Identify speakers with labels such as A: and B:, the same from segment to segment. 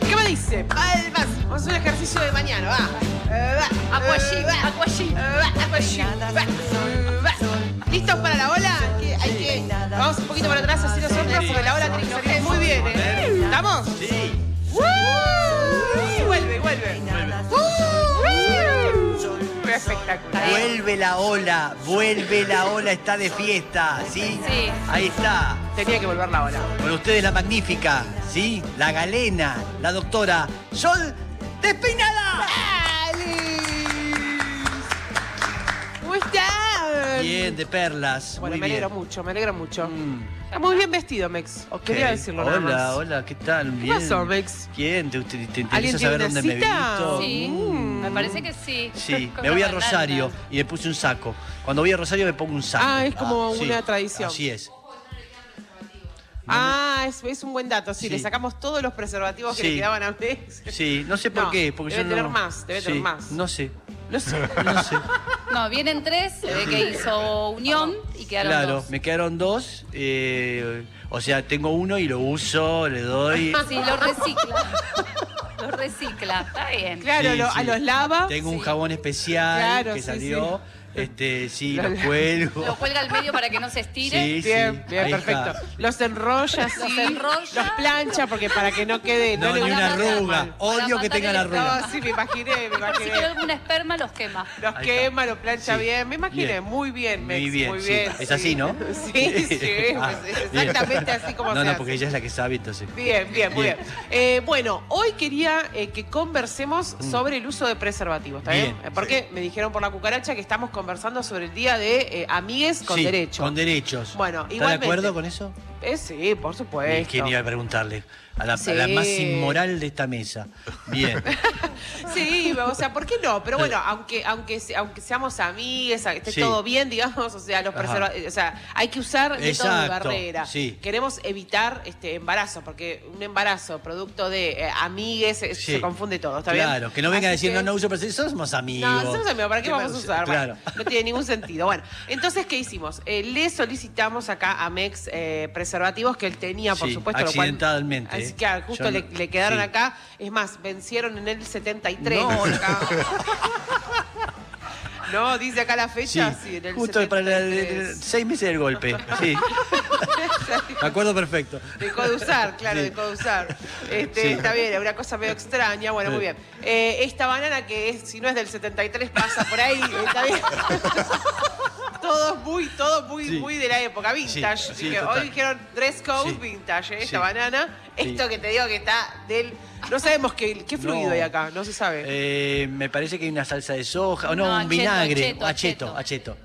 A: 15. Palmas. Ah, Vamos a hacer un ejercicio de mañana. Va. Eh, va.
B: Aquashi,
A: Eh, va.
B: aquashi.
A: Eh, va. Aquashi. Va. Eh, va. ¿Listos para la ola? Que hay que. Vamos un poquito para atrás, así los hombros, porque la ola tiene que salir muy bien, ¿eh? ¿Estamos?
C: Sí.
A: ¡Woo! Vuelve, vuelve. ¡Woo! Qué espectacular.
C: Vuelve la ola, vuelve la ola, está de fiesta, ¿sí?
B: Sí.
C: Ahí está.
A: Tenía que volver la ola.
C: Con ustedes la magnífica, ¿sí? La galena, la doctora Sol Despeinada.
A: ¿Cómo estás?
C: Bien, de perlas.
A: Bueno,
C: muy
A: me
C: bien.
A: alegro mucho, me alegro mucho.
C: Mm,
A: Está muy bien vestido, Mex. Os quería
C: ok.
A: decirlo
C: Hola,
A: nada más.
C: hola, ¿qué tal?
A: ¿Qué
C: Bien.
A: pasó, Mex?
C: ¿Quién? ¿Te, te, te
A: ¿Alguien
C: interesa
A: tiene
C: saber
A: una
C: dónde me he
A: cita?
C: visto?
B: Sí,
A: Mm.
B: me parece que sí.
C: Sí,
B: Con
C: me voy a
B: las bandanas.
C: Rosario y me puse un saco. Cuando voy a Rosario me pongo un saco.
A: Ah, es como
C: sí,
A: una tradición.
C: Así es.
A: Ah, es, es un buen dato. Sí,
C: Sí.
A: le sacamos todos los preservativos que
C: Sí.
A: le quedaban a Mex.
C: Sí, no sé por
A: No,
C: qué. Porque
A: debe
C: yo
A: tener
C: no-
A: más, debe
C: sí,
A: tener más.
C: No sé,
A: No sé.
C: no sé.
B: No, vienen tres, se ve que hizo unión y quedaron
C: claro,
B: dos.
C: me quedaron dos. eh, o sea, tengo uno y lo uso, le doy.
B: Sí, lo recicla. Lo recicla, está bien.
A: Claro,
C: Sí,
A: lo- a
C: sí.
A: los lava.
C: Tengo un
B: Sí.
C: jabón especial
A: Claro,
C: que
A: sí,
C: salió. Este, sí,
A: Lo-
C: lo cuelgo.
B: Lo cuelga al medio para que no se estire.
C: Sí,
A: Bien, bien,
C: ahí está.
A: perfecto. Los enrolla,
B: Los
A: así.
B: enrolla.
A: Los plancha, porque para que no quede.
C: No,
A: le
C: ni una
A: gusta nada
C: arruga.
A: mal.
B: Para
C: Odio que
B: matar
C: tengan
B: el
C: arruga.
A: No, sí, me imaginé, me
B: Si quedó
A: imaginé.
B: alguna esperma, los quema.
A: Los
C: Ahí está.
A: quema, los plancha
C: Sí.
A: bien. Me imaginé,
C: Bien.
A: muy bien,
C: Muy
A: Mex.
C: bien,
A: muy
C: sí.
A: bien.
C: Es así, ¿no?
A: Sí, sí, es
C: Ah, bien.
A: exactamente así como se
C: No, no,
A: hace.
C: porque ella es la que sabe, entonces.
A: Bien, bien, muy bien.
C: Bien.
A: Eh, bueno, hoy quería eh, que conversemos sobre el uso de preservativos, ¿está bien?
C: Mm. Bien.
A: Eh, Porque me dijeron por la cucaracha que estamos conversando sobre el día de eh, amigues con
C: Sí,
A: derecho.
C: Con derechos.
A: Bueno,
C: ¿Está de
A: igualmente.
C: acuerdo con eso?
A: Eh, sí, por
C: Ni
A: supuesto.
C: ¿Quién iba a preguntarle? A la, a
A: Sí.
C: la más inmoral de esta mesa. Bien.
A: Sí, o sea, ¿por qué no? Pero bueno, aunque aunque se- aunque seamos amigues, a- esté
C: Sí.
A: todo bien, digamos, o sea, los
C: Ajá.
A: preserva- eh, o sea, hay que usar métodos de
C: Exacto,
A: barrera.
C: sí.
A: Queremos evitar este embarazo, porque un embarazo producto de eh, amigues eh,
C: Sí.
A: se confunde todo, ¿está bien?
C: Claro, que no vengan a
A: Así
C: decir, no,
A: que-
C: no uso preservativo. Somos amigos.
A: No, somos amigos, ¿para qué, vamos a
C: más
A: usar? Bueno,
C: Claro.
A: no tiene ningún sentido. Bueno, entonces, ¿qué hicimos? Eh, le solicitamos acá a Mex eh, preservativos que él tenía, por
C: Sí,
A: supuesto. lo cual-
C: accidentalmente,
A: así
C: eh.
A: que ah, justo
C: Yo
A: le,
C: no-
A: le quedaron
C: sí.
A: acá. Es más, vencieron en el 73.
C: No,
A: dice acá. No, dice acá la
C: Sí,
A: fecha. Sí, en el
C: justo para la- el- el-
A: 73.
C: seis meses del golpe. Sí, me acuerdo perfecto.
A: Dejó de usar, claro,
C: Sí.
A: dejó de usar. Este,
C: Sí.
A: Está bien, es una cosa medio extraña. Bueno, muy
C: Sí.
A: bien. Eh, esta banana que es, si no es del 73 pasa por ahí, está bien. Todos muy, todos muy,
C: Sí.
A: muy de la época vintage.
C: Sí,
A: Así
C: sí,
A: que
C: total.
A: hoy dijeron dress code
C: Sí.
A: vintage, eh, esta
C: Sí.
A: banana.
C: Sí.
A: Esto que te digo que está del. No sabemos qué, qué fluido
C: No.
A: hay acá, no se sabe.
C: Eh, me parece que hay una salsa de soja, o no,
B: No,
C: un
B: acheto,
C: vinagre,
B: acheto,
C: acheto, acheto.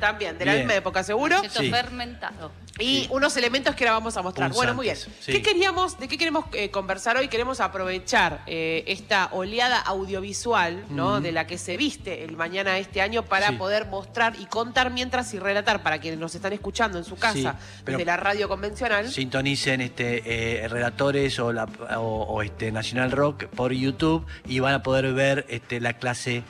A: También, de la
C: bien.
A: misma época seguro.
B: Esto
C: Sí.
B: fermentado.
A: Y
C: Sí.
A: unos elementos que ahora vamos a mostrar.
C: Punzantes,
A: bueno, muy bien.
C: sí.
A: ¿Qué queríamos, ¿De qué queremos eh, conversar hoy? Queremos aprovechar eh, esta oleada audiovisual, ¿no? De la que se viste el mañana este año para
C: Sí.
A: poder mostrar y contar mientras y relatar para quienes nos están escuchando en su casa
C: Sí, pero-
A: desde la radio convencional.
C: Sintonicen este, eh, Relatores o, la, o, o, este, Nacional Rock por YouTube y van a poder ver este, la clase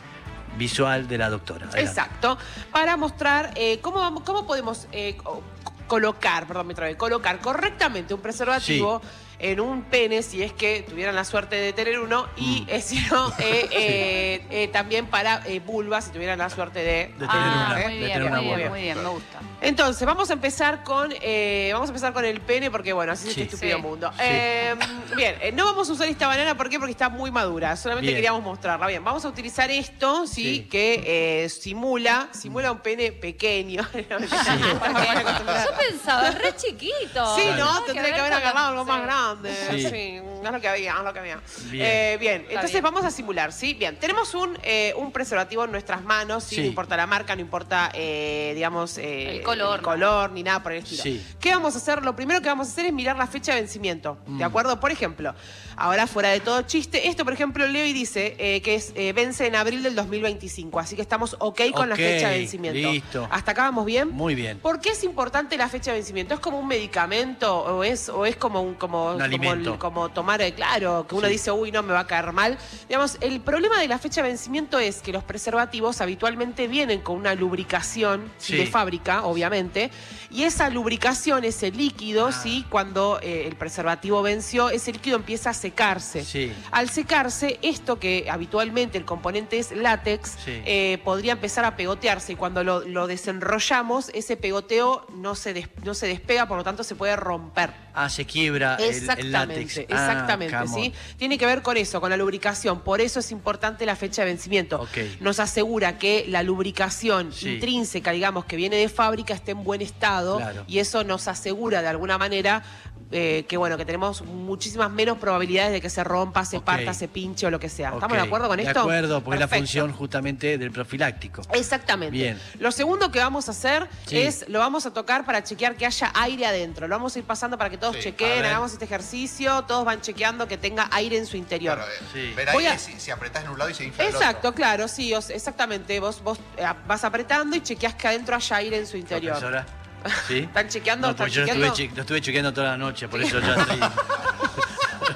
C: visual de la doctora. Adelante.
A: Exacto. Para mostrar eh, cómo, vamos- cómo podemos eh, co- colocar, perdón, me trabé, colocar correctamente un preservativo en un pene si es que tuvieran la suerte de tener uno y
C: Mm.
A: eh, si no, eh, eh, eh, también para eh, vulva si tuvieran la suerte de...
C: De tener
B: ah,
C: una,
B: muy
C: de
B: bien,
C: tener
B: muy
C: una
B: bien,
C: buena.
B: muy bien, me gusta.
A: Entonces, vamos a empezar con eh, vamos a empezar con el pene, porque bueno, así es
C: Sí.
A: este estúpido
B: Sí.
A: mundo.
C: Sí.
A: Eh, bien, eh, no vamos a usar esta banana, ¿por qué? Porque está muy madura. Solamente
C: Bien.
A: queríamos mostrarla. Bien, vamos a utilizar esto, ¿sí?
C: Sí.
A: Que eh, simula, simula un pene pequeño.
B: Yo pensaba, re chiquito.
A: Sí,
C: Dale.
A: no, tendría que haber
B: con-
A: agarrado algo más
B: sí.
A: grande. Sí.
C: Sí.
A: es lo que había, es lo que había.
C: Bien.
A: Eh, bien, entonces
B: bien.
A: vamos a simular, ¿sí? Bien, tenemos un, eh, un preservativo en nuestras manos, ¿sí?
C: Sí.
A: No importa la marca, no importa, eh, digamos, eh,
B: El color, ¿no?
A: color, ni nada por el estilo.
C: Sí.
A: ¿Qué vamos a hacer? Lo primero que vamos a hacer es mirar la fecha de vencimiento, ¿de
C: Mm.
A: acuerdo? Por ejemplo, ahora fuera de todo chiste, esto, por ejemplo, leo y dice eh, que es, eh, vence en abril del 2025, así que estamos ok con la
C: Ok,
A: fecha de vencimiento.
C: listo.
A: ¿Hasta acá vamos bien?
C: Muy bien.
A: ¿Por qué es importante la fecha de vencimiento? ¿Es como un medicamento o es, o es como un como,
C: Un
A: como,
C: alimento.
A: como tomar tomar, eh, claro, que uno dice, uy, no, me va a caer mal. Digamos, el problema de la fecha de vencimiento es que los preservativos habitualmente vienen con una lubricación
C: Sí.
A: de fábrica, obviamente, y esa lubricación, ese líquido,
C: Ah.
A: ¿sí? Cuando eh, el preservativo venció, ese líquido empieza a secarse.
C: Sí.
A: Al secarse, esto que habitualmente el componente es látex,
C: Sí.
A: eh, podría empezar a pegotearse. Y cuando lo, lo desenrollamos, ese pegoteo no se, des- no se despega, por lo tanto se puede romper.
C: Ah, se quiebra el- el, látex.
A: Exactamente, exactamente,
C: Ah,
A: ¿sí?
C: camón.
A: Tiene que ver con eso, con la lubricación. Por eso es importante la fecha de vencimiento.
C: Ok.
A: Nos asegura que la lubricación
C: Sí.
A: intrínseca, digamos, que viene de fábrica, esté en buen estado.
C: Claro.
A: Y eso nos asegura de alguna manera. eh, que bueno, que tenemos muchísimas menos probabilidades de que se rompa, se
C: Ok.
A: parta, se pinche o lo que sea. ¿Estamos
C: Ok,
A: de acuerdo con esto?
C: De acuerdo, porque es la
A: Perfecto.
C: función justamente del profiláctico.
A: Exactamente.
C: Bien.
A: Lo segundo que vamos a hacer
C: Sí.
A: es, lo vamos a tocar para chequear que haya aire adentro. Lo vamos a ir pasando para que todos
D: Sí,
A: chequeen,
C: a ver.
A: hagamos este ejercicio, todos van chequeando que tenga aire en su interior.
D: Claro, eh,
C: Sí.
D: Ver
A: Voy
D: ahí
A: a-
D: si, si apretás en un lado y se infla el
A: Exacto,
D: otro.
A: claro, sí, os- exactamente. Vos, vos eh, vas apretando y chequeás que adentro haya aire en su interior.
C: Profesora, ¿Sí?
A: ¿Están chequeando?
C: No, porque yo
A: ¿Están
C: lo estuve,
A: chequeando?
C: che- lo estuve chequeando toda la noche, por eso ya estoy.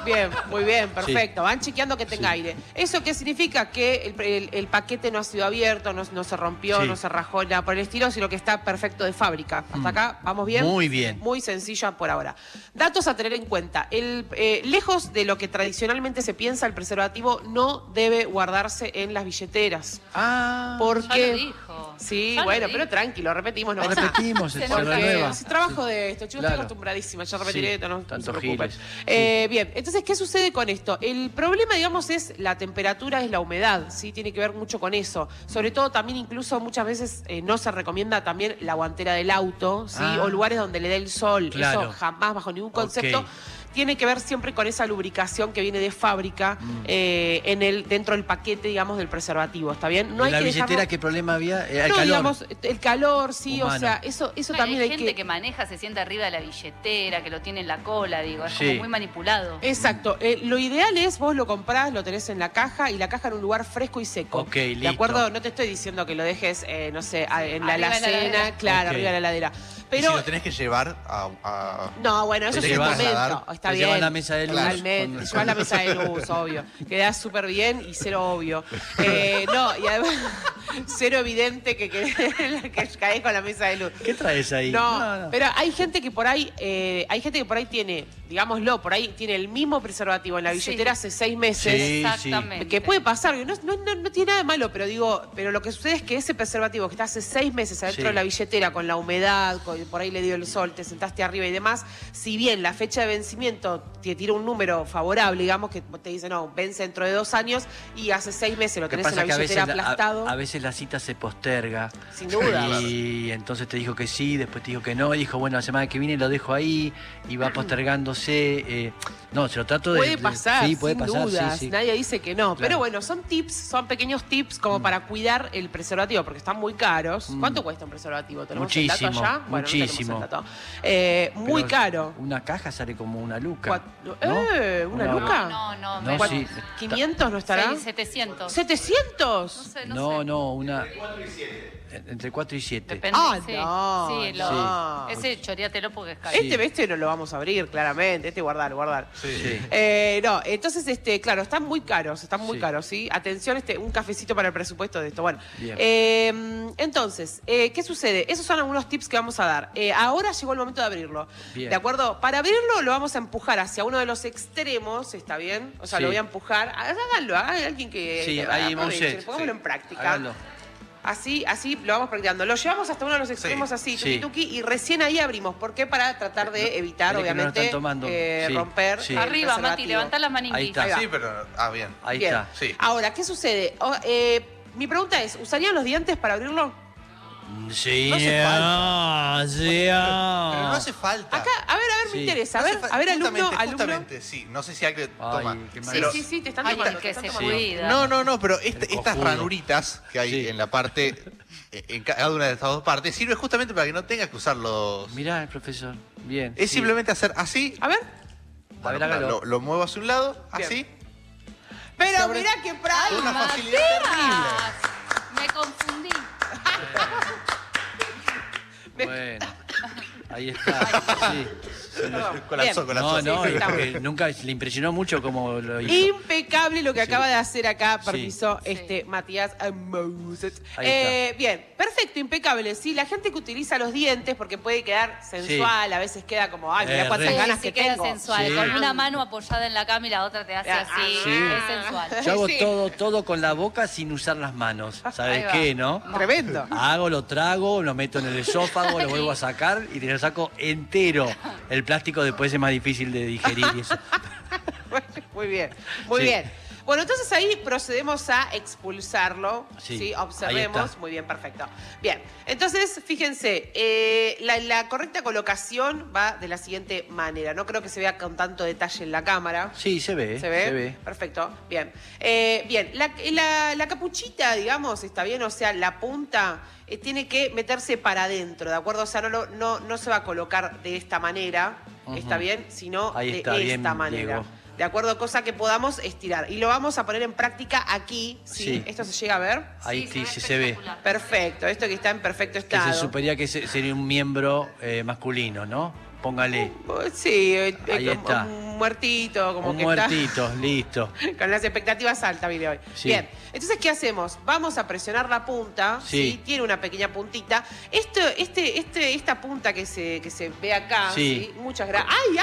A: Bien, muy bien, perfecto. Van chequeando que tenga aire. ¿Eso qué significa? Que el, el- el paquete no ha sido abierto, no, no se rompió,
C: Sí. Mm.
A: no se rajó, nada por el estilo, sino que está perfecto de fábrica. Hasta acá, ¿vamos bien?
C: Muy bien.
A: Muy sencilla por ahora. Datos a tener en cuenta. El, eh, lejos de lo que tradicionalmente se piensa, el preservativo no debe guardarse en las billeteras.
C: Ah,
B: Ya
A: Porque...
B: lo dijo.
A: Sí,
B: Ya lo
A: bueno,
B: dijo.
A: pero tranquilo, repetimos, no
C: lo
A: pasa nada.
C: repetimos, se,
B: Se
C: se
B: nos fue.
C: renueva.
A: eh, Si trabajo de esto, chicos,
C: Claro.
A: estoy acostumbradísima, ya repetiré
C: Sí,
A: esto, no, no
C: tantos
A: se preocupen.
C: giles.
A: Eh, Bien, entonces, ¿qué sucede con esto? El problema, digamos, es la temperatura, es la humedad, ¿sí? Tiene que ver mucho con eso. Sobre todo también incluso muchas veces eh, no se recomienda también la guantera del auto, ¿sí?
C: Ah.
A: O lugares donde le dé el sol.
C: Claro.
A: Eso jamás, bajo ningún concepto.
C: Ok.
A: Tiene que ver siempre con esa lubricación que viene de fábrica
C: Mm.
A: eh, en el, dentro del paquete, digamos, del preservativo, ¿está bien?
C: ¿Y la
A: que
C: billetera
A: dejarlo-
C: qué problema había? Eh,
A: no,
C: el calor.
A: digamos, el calor, sí, o
C: Humano.
A: sea, eso, eso
B: No, y
A: también
B: hay
A: hay,
B: gente que... maneja, se sienta arriba de la billetera, que lo tiene en la cola, digo, es
C: Sí.
B: como muy manipulado.
A: Exacto. Eh, lo ideal es vos lo comprás, lo tenés en la caja y la caja en un lugar fresco y seco.
C: Ok,
A: ¿De
C: listo.
A: acuerdo? No te estoy diciendo que lo dejes, eh, no sé, a- en la
B: Arriba de la
A: alacena,
B: heladera.
A: claro,
C: Ok.
A: arriba de la heladera.
D: Y
A: Pero.
D: si lo tenés que llevar a... a-
A: No, bueno, eso
D: Te
A: es un
C: llevas a
A: momento.
D: dar-
A: Está
C: te
A: bien.
C: llevas la mesa de luz
A: Totalmente.
C: con-
A: Te llevas la mesa de luz, obvio. Quedás súper bien y cero obvio. Eh, no, y además, cero evidente que, que, que caes con la mesa de luz.
C: ¿Qué traes ahí?
A: No, pero hay gente que por ahí, eh, hay gente que por ahí tiene, digámoslo, por ahí tiene el mismo preservativo en la
B: Sí.
A: billetera hace seis
C: Sí,
A: meses.
B: Exactamente.
A: Que puede pasar, que no, no- no- no tiene nada de malo, pero digo, pero lo que sucede es que ese preservativo que está hace seis meses adentro
C: Sí.
A: de la billetera, con la humedad, con- por ahí le dio el sol, te sentaste arriba y demás, si bien la fecha de vencimiento te tira un número favorable, digamos, que te dice, no, vence dentro de dos años y hace seis meses lo
C: Lo que
A: tenés en
C: pasa
A: la
C: es que a veces,
A: billetera
C: la- a-
A: aplastado,
C: a veces la cita se posterga.
A: sin duda.
C: Y entonces te dijo que sí, después te dijo que no, y dijo, bueno, la semana que viene lo dejo ahí y va postergándose. eh, no, se lo trato de...
A: Puede
C: de-
A: pasar,
C: sí, puede
A: sin
C: pasar, sí,
A: dudas.
C: sí.
A: Nadie dice que no.
C: Claro.
A: Pero bueno, son tips, son pequeños tips como para cuidar el preservativo, porque están muy caros.
C: Mm.
A: ¿Cuánto cuesta un preservativo? ¿Tenemos el
C: Muchísimo,
A: dato allá? Bueno, no tenemos
C: muchísimo.
A: el dato. Eh,
C: Pero
A: muy caro.
C: Una caja sale como una luca.
A: Cuatro-
C: ¿no?
A: eh, ¿una
C: No,
A: luca?
B: No, no,
C: No,
B: menos.
C: sí.
A: ¿500 no estará?
B: Seis- 700. No
A: ¿700?
B: sé, no,
C: No,
B: sé.
C: no, una... Entre 4 y 7.
B: Depende.
A: Ah,
B: sí,
A: no,
B: sí, lo-
A: no.
B: Ese choreatelo porque es caro.
C: Sí.
A: Este, este no lo vamos a abrir, claramente. Este guardar, guardar.
C: Sí.
A: Eh, no, entonces, este, claro, están muy caros, están muy
C: Sí.
A: caros, ¿sí? Atención, este, un cafecito para el presupuesto de esto. Bueno,
C: Bien.
A: eh, entonces, eh, ¿qué sucede? Esos son algunos tips que vamos a dar. Eh, ahora llegó el momento de abrirlo.
C: Bien.
A: ¿De acuerdo? Para abrirlo lo vamos a empujar hacia uno de los extremos, ¿está bien? O sea,
C: Sí.
A: lo voy a empujar. Háganlo, hagan alguien que.
C: Sí,
A: que-
C: ahí,
A: aprovechen,
C: Monset.
A: Pongámoslo
C: Sí.
A: en práctica.
C: Hágalo.
A: Así, así lo vamos practicando. Lo llevamos hasta uno de los extremos
D: Sí,
A: así, tuki
C: sí.
A: tuki, y recién ahí abrimos. ¿Por qué? Para tratar de evitar,
C: mire que no lo
A: obviamente,
C: están tomando.
A: eh,
C: Sí,
A: romper.
C: sí.
A: el
B: Arriba, Mati,
A: preservativo.
B: levantá las manitas.
C: Ahí está.
A: Ahí va.
D: Sí, pero... Ah, bien.
C: Ahí
A: Bien.
C: está.
D: Sí.
A: Ahora, ¿qué sucede? O- eh, mi pregunta es, ¿usarían los dientes para abrirlo?
C: Sí,
A: No hace
C: ah, sí, ah.
D: Pero no hace falta.
A: Acá, a ver, a ver, me
C: Sí.
A: interesa. A
D: No hace
A: ver,
D: fa-
A: a ver, alumno,
D: justamente,
A: alumno.
D: Justamente, sí. No sé si alguien
C: Ay,
D: toma.
C: qué
A: Sí,
D: pero-
A: sí, sí, te están
B: Ay,
A: tomando. te
B: que
A: están
B: se
A: tomando.
B: cuida.
D: No, no, no, pero este-
C: El
D: estas
C: cojudo.
D: ranuritas que hay
C: Sí.
D: en la parte, eh, en cada una de estas dos partes, sirve justamente para que no tengas que usarlos.
C: Mirá, el profesor. Bien.
D: Es
C: sí.
D: simplemente hacer así,
A: A ver.
C: A ver,
D: Bueno,
C: hágalo.
D: lo, lo muevo hacia un lado, así,
A: Pero
D: Sobre-
A: mirá qué
D: con
A: práctico.
D: una
B: Matías.
D: facilidad terrible.
B: Me confundí.
C: Bueno. Ahí está. Sí.
A: Perdón.
D: Colapsó,
A: Bien.
C: No,
D: colapsó.
C: no,
A: Sí,
C: es
A: estamos.
C: que nunca le impresionó mucho como lo hizo.
A: Impecable lo que acaba de hacer acá,
C: Sí.
A: permiso,
B: Sí.
A: este Matías Mouset.
C: Ahí
A: Eh, bien, perfecto, impecable. Sí, la gente que utiliza los dientes porque puede quedar sensual, a veces queda como, ay, mira
C: Eh,
A: cuántas
C: re.
A: ganas
B: sí,
A: que
B: queda
A: tengo.
B: sensual.
C: Sí.
B: Con una mano apoyada en la cama y la otra te hace
A: Ah,
B: así.
A: sí.
B: Es sensual.
C: Yo hago
A: Sí.
C: todo, todo con la boca sin usar las manos.
B: Ahí
C: ¿Sabes
B: va.
C: qué, no?
A: Tremendo.
C: Hago, lo trago, lo meto en el esófago, lo vuelvo a sacar y te lo saco entero. El plástico después es más difícil de digerir y eso.
A: Muy bien, muy
C: Sí.
A: bien. Bueno, entonces ahí procedemos a expulsarlo. Sí,
C: Sí, ahí
A: observemos.
C: está.
A: Muy bien, perfecto. Bien, entonces fíjense, eh, la, la correcta colocación va de la siguiente manera. No creo que se vea con tanto detalle en la cámara.
C: Sí, se ve.
A: ¿Se ve? Perfecto, bien. Eh, bien, la, la- la capuchita, digamos, está bien, o sea, la punta eh, tiene que meterse para adentro, ¿de acuerdo? O sea, no, lo- no, no se va a colocar de esta manera,
C: Ujú.
A: está bien, sino
C: Ahí
A: de
C: está
A: esta
C: bien,
A: manera.
C: Diego.
A: ¿De acuerdo? Cosa que podamos estirar. Y lo vamos a poner en práctica aquí, ¿sí?
C: Sí.
A: Esto se llega a ver.
C: Ahí sí,
B: se ve
C: sí se ve.
B: espectacular.
A: Perfecto, esto que está en perfecto
C: Que
A: estado.
C: se suponía que se- sería un miembro eh, masculino, ¿no? Póngale.
A: Sí, eh, eh,
C: Ahí
A: como
C: está.
A: un muertito, Uh, como
C: un
A: que está.
C: muertito, listo.
A: Con las expectativas altas, vive hoy.
C: Sí.
A: Bien, entonces, ¿qué hacemos? Vamos a presionar la punta, sí.
C: Sí.
A: tiene una pequeña puntita. Esto, este, este, esta punta que se, que se ve acá,
C: Sí.
A: ¿sí? muchas gracias. ¡Ay,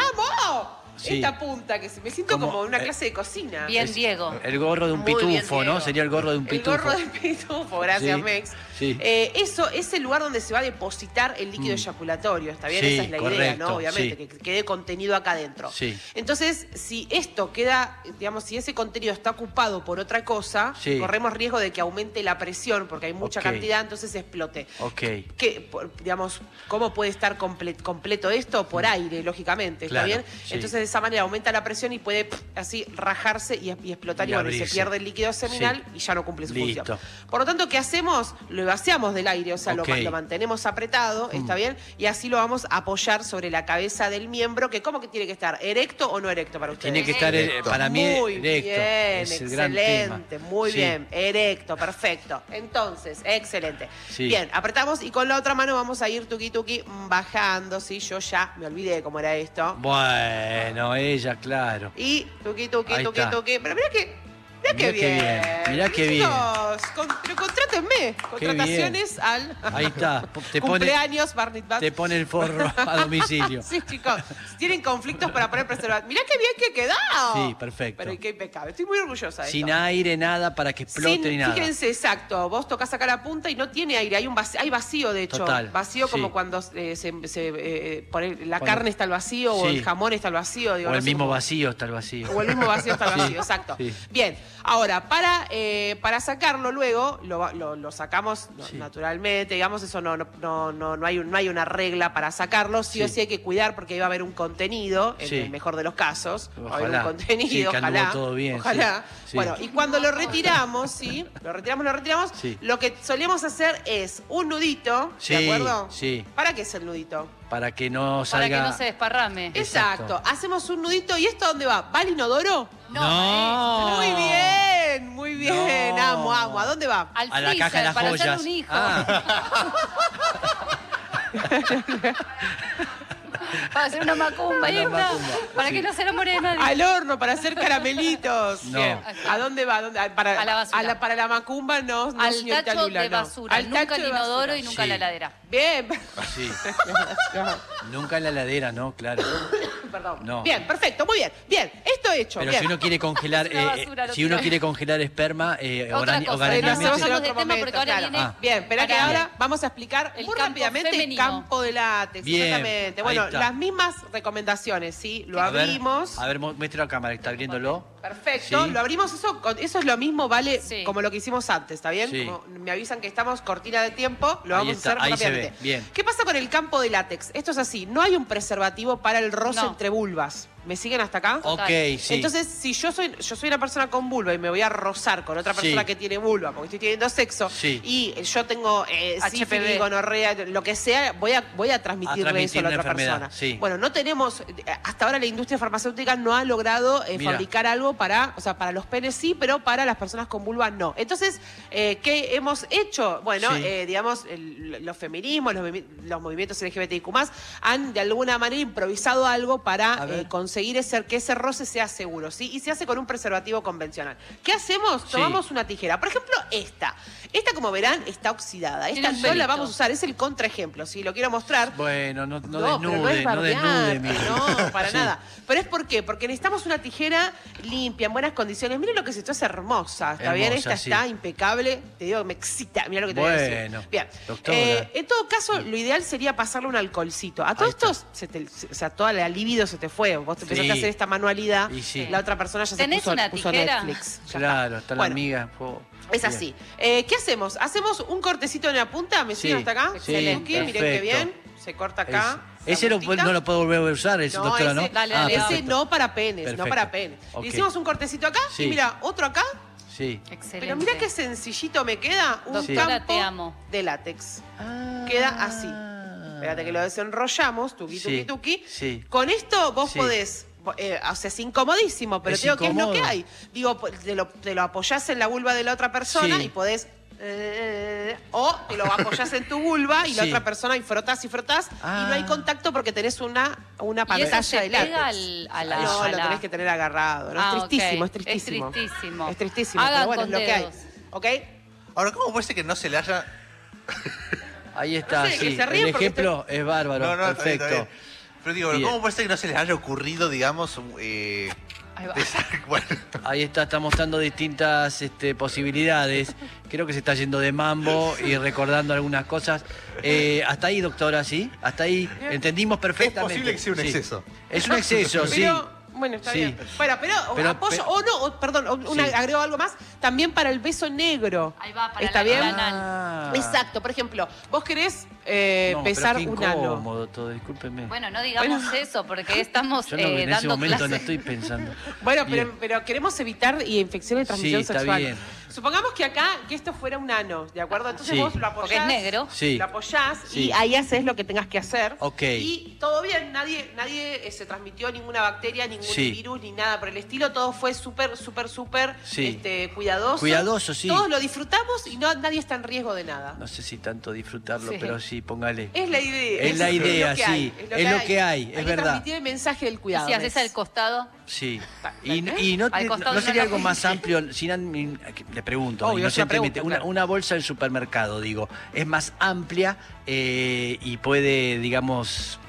A: amo!
C: Sí.
A: Esta punta que se, me siento como,
C: Como,
A: en una
C: eh,
A: clase de cocina.
B: Bien, Diego.
C: El gorro de un
A: Muy bien,
C: pitufo,
A: Diego.
C: ¿no? Sería el gorro de un
A: El
C: pitufo.
A: gorro de pitufo, gracias,
C: Sí,
A: Mex.
C: sí.
A: Eh, eso es el lugar donde se va a depositar el líquido
C: Mm.
A: eyaculatorio, ¿está bien?
C: Sí,
A: Esa es la idea,
C: correcto,
A: ¿no? Obviamente,
C: sí.
A: que quede contenido acá adentro.
C: Sí.
A: Entonces, si esto queda, digamos, si ese contenido está ocupado por otra cosa,
C: Sí.
A: corremos riesgo de que aumente la presión, porque hay mucha
C: Ok.
A: cantidad, entonces explote.
C: Ok.
A: ¿Qué, por- digamos, ¿Cómo puede estar comple- completo esto? Por aire, lógicamente, ¿está
C: Mm.
A: bien?
C: Claro, sí.
A: Entonces, de esa manera aumenta la presión y puede pff, así rajarse y, y explotar y,
C: Y
A: bueno, y se
C: abrirse.
A: pierde el líquido seminal
C: Sí.
A: y ya no cumple su
C: Listo.
A: función. Por lo tanto, ¿qué hacemos? Lo vaciamos del aire, o sea, lo
C: Ok. Mm.
A: ma- lo, mantenemos apretado, ¿está bien? Y así lo vamos a apoyar sobre la cabeza del miembro, que ¿cómo que tiene que estar? ¿Erecto o no erecto para ustedes?
C: Tiene que estar eh,
D: Erecto.
C: para mí
A: Muy
C: erecto.
A: bien,
C: es el gran tema.
A: excelente, muy
C: Sí.
A: bien, erecto, perfecto. Entonces, excelente.
C: Sí.
A: Bien, apretamos y con la otra mano vamos a ir tuki tuki mm, bajando, ¿sí? Yo ya me olvidé cómo era esto.
C: Bueno, ella, claro.
A: Y tuki tuki
C: Ahí
A: tuki
C: está.
A: tuqui. Pero mirá que, mirá,
C: Mirá
A: que
C: qué
A: bien.
C: bien, mirá qué bien.
A: Chicos, con- pero contrátenme. Contrataciones al
C: Ahí está. Te pone,
A: cumpleaños Barney Bat.
C: te pone el forro a domicilio.
A: Sí, chicos, si tienen conflictos para poner preservativo. Mirá qué bien que quedado.
C: Sí, perfecto.
A: Pero qué impecable. Estoy muy orgullosa de
C: Sin
A: esto.
C: aire, nada para que explote
A: Sin-
C: ni nada.
A: Fíjense, exacto. Vos tocas acá la punta y no tiene aire. Hay un vacío, hay vacío de hecho.
C: Total,
A: Vacío como
C: sí.
A: cuando eh, se, se, eh, por el- la
C: Cuando-
A: carne está al vacío o
C: Sí.
A: el jamón está al vacío. digo,
C: o
A: no
C: el
A: sé
C: mismo
A: cómo-
C: vacío está el vacío.
A: O el mismo vacío está el
C: Sí,
A: vacío, exacto.
C: sí.
A: Bien, ahora, para, eh, para sacarlo luego, lo, va- lo- lo sacamos no,
C: Sí.
A: naturalmente, digamos, eso no, no, no, no, no hay, un- no hay una regla para sacarlo, sí, o
C: Sí.
A: sí hay que cuidar porque ahí va a haber un contenido, en
C: Sí.
A: el mejor de los casos, va a haber un
C: Ojalá.
A: contenido,
C: Sí, que anduvo
A: ojalá.
C: todo bien, sí.
A: ojalá.
C: Sí.
A: Bueno, y cuando lo retiramos, sí, lo retiramos, lo retiramos,
C: Sí.
A: lo que solemos hacer es un nudito, ¿de
C: Sí,
A: acuerdo?
C: sí.
A: ¿Para qué es el nudito?
C: Para que no
B: Para que
C: salga.
B: no se desparrame.
A: Exacto.
C: Exacto.
A: Hacemos un nudito y esto dónde va? ¿Va al inodoro?
B: No,
C: No.
A: Muy bien, muy bien.
C: No.
A: Amo, amo. ¿A dónde va?
B: Al
C: A la
B: freezer,
C: caja de las
B: para hacerle
C: joyas.
B: un hijo.
C: Ah,
B: Para hacer una macumba,
C: Una
B: Diego.
C: macumba,
B: Para
C: sí.
B: que no se enamore de nadie.
A: Al horno para hacer caramelitos.
C: No.
A: Bien. ¿A dónde va? ¿A dónde? Ah, Para,
B: A la basura.
A: para la macumba no, no,
B: Al
A: señorita
B: tacho
A: Lula,
B: de
A: no.
B: basura.
A: Al
B: nunca
A: tacho
B: el
A: de
B: inodoro
A: basura.
B: y nunca
C: Sí.
B: la heladera.
A: Bien.
C: sí. Nunca en la heladera, ¿no? Claro.
A: Perdón.
C: No.
A: Bien, perfecto, muy bien. Bien, esto hecho.
C: Pero
A: bien.
C: si uno quiere congelar,
B: Es una
C: eh, eh,
B: basura, lo
C: si uno
B: tiro.
C: quiere congelar esperma, eh,
B: Otra
C: orgáni-
B: cosa,
A: Pero hacemos
B: Nos
C: orgánicamente.
A: en
B: vamos de
A: otro
B: tema porque
A: momento,
B: ahora
A: claro.
B: viene.
C: Ah.
A: Bien, espera que
B: Para-
A: ahora vamos a explicar
B: El
A: muy
B: campo
A: rápidamente
B: femenino.
A: el campo de látex.
C: Bien,
A: Exactamente.
C: ahí
A: Bueno,
C: está.
A: las mismas recomendaciones, ¿sí? Lo
C: A ver,
A: abrimos.
C: A ver, mu- muestra la cámara, está abriéndolo.
A: Perfecto,
C: Sí.
A: lo abrimos, eso, con- eso es lo mismo, vale,
B: Sí.
A: como lo que hicimos antes, ¿está bien?
C: Sí.
A: Como me avisan que estamos cortina de tiempo, lo
C: Ahí
A: vamos
C: está,
A: a hacer
C: ahí se
A: rápidamente.
C: ve, bien.
A: ¿Qué pasa con el campo de látex? Esto es así, no hay un preservativo para el roce
B: No.
A: entre vulvas. ¿Me siguen hasta acá?
C: Ok,
B: Total.
C: sí.
A: Entonces, si yo soy, yo soy una persona con vulva y me voy a rozar con otra
C: Sí.
A: persona que tiene vulva porque estoy teniendo sexo
C: Sí.
A: y yo tengo eh,
B: HPV.
A: sífilis, gonorrea, lo que sea, voy a, voy a transmitirle
C: A transmitir
A: eso a la
C: la
A: otra
C: enfermedad,
A: persona.
C: sí.
A: Bueno, no tenemos, hasta ahora la industria farmacéutica no ha logrado eh,
C: Mira.
A: fabricar algo para, o sea, para los penes sí, pero para las personas con vulva no. Entonces, eh, ¿qué hemos hecho? Bueno,
C: Sí.
A: eh, digamos, el- los feminismos, los, movi- los movimientos LGBTIQ han de alguna manera improvisado algo
C: A
A: para
C: ver.
A: eh, conseguir ese, que ese roce sea seguro, ¿sí? Y se hace con un preservativo convencional. ¿Qué hacemos?
C: Sí.
A: Tomamos una tijera. Por ejemplo, esta. Esta, como verán, está oxidada. Esta
B: Tiene un
A: no la
B: pelito.
A: vamos a usar, es el contraejemplo, ¿sí? Lo quiero mostrar.
C: Bueno, no, no,
A: pero
C: desnude, no,
A: bardear,
C: desnude, mi-
A: No, para
C: Sí.
A: nada. Pero es por qué, porque necesitamos una tijera limpia, en buenas condiciones. Miren lo que es esto, es hermosa. Está bien,
C: Hermosa,
A: esta
C: sí.
A: está impecable. Te digo, me excita. Mira lo que te voy a
C: Bueno,
A: decir. Bien.
C: doctora.
A: Eh, en todo caso, lo ideal sería pasarle un alcoholcito. A todos
C: está.
A: estos, se te- se- o sea, toda la libido se te fue. Vos te empezaste
C: Sí.
A: a hacer esta manualidad.
C: Y sí.
A: La otra persona ya se
B: ¿Tenés
A: puso,
B: una
A: puso
B: tijera?
A: Netflix. Ya
C: Claro, está la
A: Bueno,
C: amiga. po.
A: es así. Eh, ¿Qué hacemos? ¿hacemos un cortecito en la punta? ¿Me
C: Sí,
A: siguen hasta acá?
C: sí,
A: Excelente. Miren qué
C: perfecto.
A: bien. Se corta acá.
C: Ese, ese lo-
A: puntita.
C: no lo puedo volver a usar, ese,
A: No,
C: doctora,
A: ese-
C: ¿no?
B: dale,
C: Ah,
B: dale,
A: ese
C: perfecto.
A: no para penes,
C: Perfecto.
A: no para penes.
C: Ok.
A: Le hicimos un cortecito acá
C: Sí.
A: y mira, otro acá.
C: Sí.
B: Excelente.
A: Pero mira qué sencillito me queda un
B: Doctora,
A: campo
B: te amo.
A: de látex. Ah. Queda así. Espérate que lo desenrollamos, tuqui,
C: Sí,
A: tuqui, tuqui.
C: sí.
A: Con esto vos
C: Sí.
A: podés, eh, o sea, es incomodísimo, pero
C: Es
A: te digo que es lo
C: incómodo.
A: que hay. Digo, po- te lo, te lo apoyás en la vulva de la otra persona
C: Sí.
A: y podés... eh, o te lo apoyás en tu vulva y la
C: Sí.
A: otra persona y frotás y frotás y no hay
C: Ah.
A: contacto porque tenés una, una
B: Y
A: pantalla
B: eso se
A: de látex.
B: pega al, a la...
A: No,
B: a
A: lo
B: la-
A: tenés que tener agarrado. ¿no?
B: Ah,
A: es tristísimo,
B: ok.
A: es tristísimo.
B: Es tristísimo.
A: Es tristísimo,
B: Hagan
A: pero bueno,
B: con
A: es lo que hay.
B: dedos.
A: ¿Ok?
D: Ahora, ¿cómo puede ser que no se le haya
C: Ahí está,
A: No sé, que
C: sí.
A: se ríen
C: El
A: porque
C: ejemplo es bárbaro,
D: No, no, está bien,
C: perfecto.
D: está bien. Pero digo,
C: Bien.
D: ¿cómo puede ser que no se les haya ocurrido, digamos, un, eh,
B: Ahí va.
D: des- bueno,
C: Ahí está, está mostrando distintas este, posibilidades. Creo que se está yendo de mambo y recordando algunas cosas. Eh, hasta ahí, doctora, ¿sí? Hasta ahí entendimos perfectamente.
D: posible que sea un
C: Sí.
D: exceso.
C: Es un exceso, sí.
A: Pero, bueno, está
C: Sí.
A: bien. Bueno, pero, o
C: Pero-
A: apoyo,
C: pero-
A: o no, o, perdón, o una-
C: Sí.
A: agrego algo más. También para el beso negro.
B: Ahí va, para
A: ¿Está
B: la-
A: bien?
B: para la-
C: Ah.
A: Exacto, por ejemplo, vos querés eh,
C: No, pero
A: besar
C: qué
A: un ano.
C: incómodo todo, discúlpeme.
B: Bueno, no digamos eso porque estamos
C: Yo no,
B: eh,
C: en ese
B: dando
C: momento
B: clases.
C: no estoy pensando.
A: Bueno,
C: Bien.
A: pero, pero queremos evitar y infecciones de
C: Sí,
A: transmisión
C: está
A: sexual.
C: bien.
A: Supongamos que acá, que esto fuera un ano, ¿de acuerdo? Entonces
C: Sí.
A: vos lo apoyás.
B: Porque es negro.
C: Sí.
A: Lo apoyás
C: Sí.
A: y ahí haces lo que tengas que hacer.
C: Ok.
A: Y todo bien, nadie, nadie eh, se transmitió ninguna bacteria, ningún
C: Sí.
A: virus, ni nada por el estilo. Todo fue súper, súper, súper
C: Sí.
A: este, cuidadoso.
C: Cuidadoso, sí.
A: Todos lo disfrutamos y no, nadie está en riesgo de nada.
C: No sé si tanto disfrutarlo,
B: Sí.
C: pero sí, póngale.
A: Es la idea.
C: Es la idea,
A: lo que
C: sí.
A: hay,
C: Es lo que hay, es
A: que
C: verdad.
A: transmitir el mensaje del
B: Y
A: cuidado.
B: si haces al costado,
C: Sí.
A: Ta-
C: Y,
A: ¿eh?
C: y no,
B: Al
C: te-
B: costado
C: no
B: de
C: sería
B: una
C: algo más
B: camisa.
C: amplio, sin an- le pregunto,
A: Obvio, es una
C: inocentemente,
A: pregunta,
C: una,
A: claro.
C: una bolsa del supermercado, digo, es más amplia eh, y puede, digamos,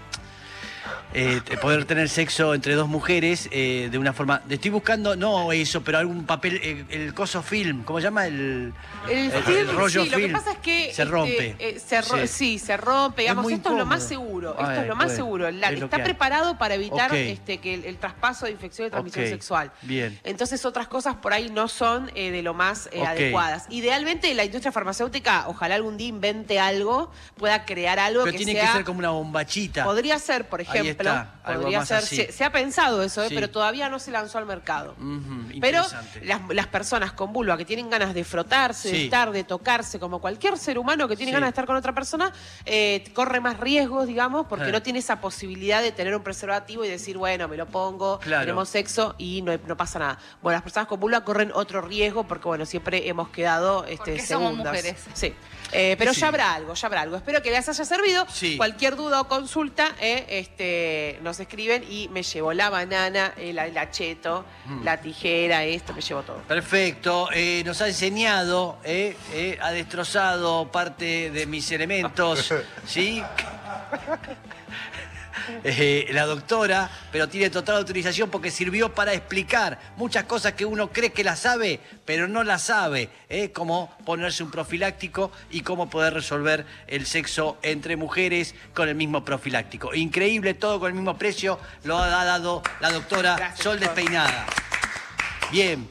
C: eh, te- poder tener sexo entre dos mujeres eh, de una forma. Estoy buscando, no eso, pero algún papel, eh, el coso film, ¿cómo se llama? El,
A: El,
C: el
A: film,
C: rollo
A: sí, lo que
C: film.
A: pasa es que
C: Se
A: este,
C: rompe.
A: eh, se ro-
C: Sí.
A: sí. se rompe. Digamos,
C: muy
A: esto es lo más
C: incómodo.
A: seguro.
C: Ay,
A: esto es lo más
C: bueno,
A: seguro. La-
C: es lo que
A: está
C: hay.
A: preparado para evitar
C: Ok.
A: este, que el, el traspaso de infección de transmisión
C: Ok,
A: sexual.
C: bien.
A: Entonces otras cosas por ahí no son eh, de lo más eh,
C: Ok.
A: adecuadas. Idealmente la industria farmacéutica, ojalá algún día invente algo, pueda crear algo
C: Pero
A: que
C: tiene
A: sea.
C: que ser como una bombachita.
A: Podría ser, por ejemplo,
C: está, algo
A: podría
C: más
A: ser,
C: así.
A: se, se ha pensado eso, eh,
C: Sí.
A: pero todavía no se lanzó al mercado.
C: Ujú,
A: Pero
C: interesante.
A: las, las personas con vulva que tienen ganas de frotarse,
C: Sí.
A: de estar, de tocarse, como cualquier ser humano que tiene
C: Sí.
A: ganas de estar con otra persona, eh, corre más riesgos, digamos, porque
C: Ah.
A: no tiene esa posibilidad de tener un preservativo y decir, bueno, me lo pongo,
C: Claro.
A: tenemos sexo y no, no pasa nada. Bueno, las personas con vulva corren otro riesgo porque, bueno, siempre hemos quedado este,
B: Porque somos
A: segundas.
B: mujeres.
A: Sí. Eh, pero
C: Sí.
A: ya habrá algo, ya habrá algo. Espero que les haya servido.
C: Sí.
A: Cualquier duda o consulta, eh, este, nos escriben y me llevo la banana, el, el acheto, la tijera, esto, me llevo todo.
C: Perfecto, eh, nos ha enseñado, eh, eh, ha destrozado parte de mis elementos, ¿sí? Eh, la doctora, pero tiene total autorización porque sirvió para explicar muchas cosas que uno cree que las sabe, pero no las sabe, ¿eh? como ponerse un profiláctico y cómo poder resolver el sexo entre mujeres con el mismo profiláctico. Increíble, todo con el mismo precio, lo ha dado la doctora
A: Gracias,
C: Sol
A: doctor.
C: Despeinada. Bien,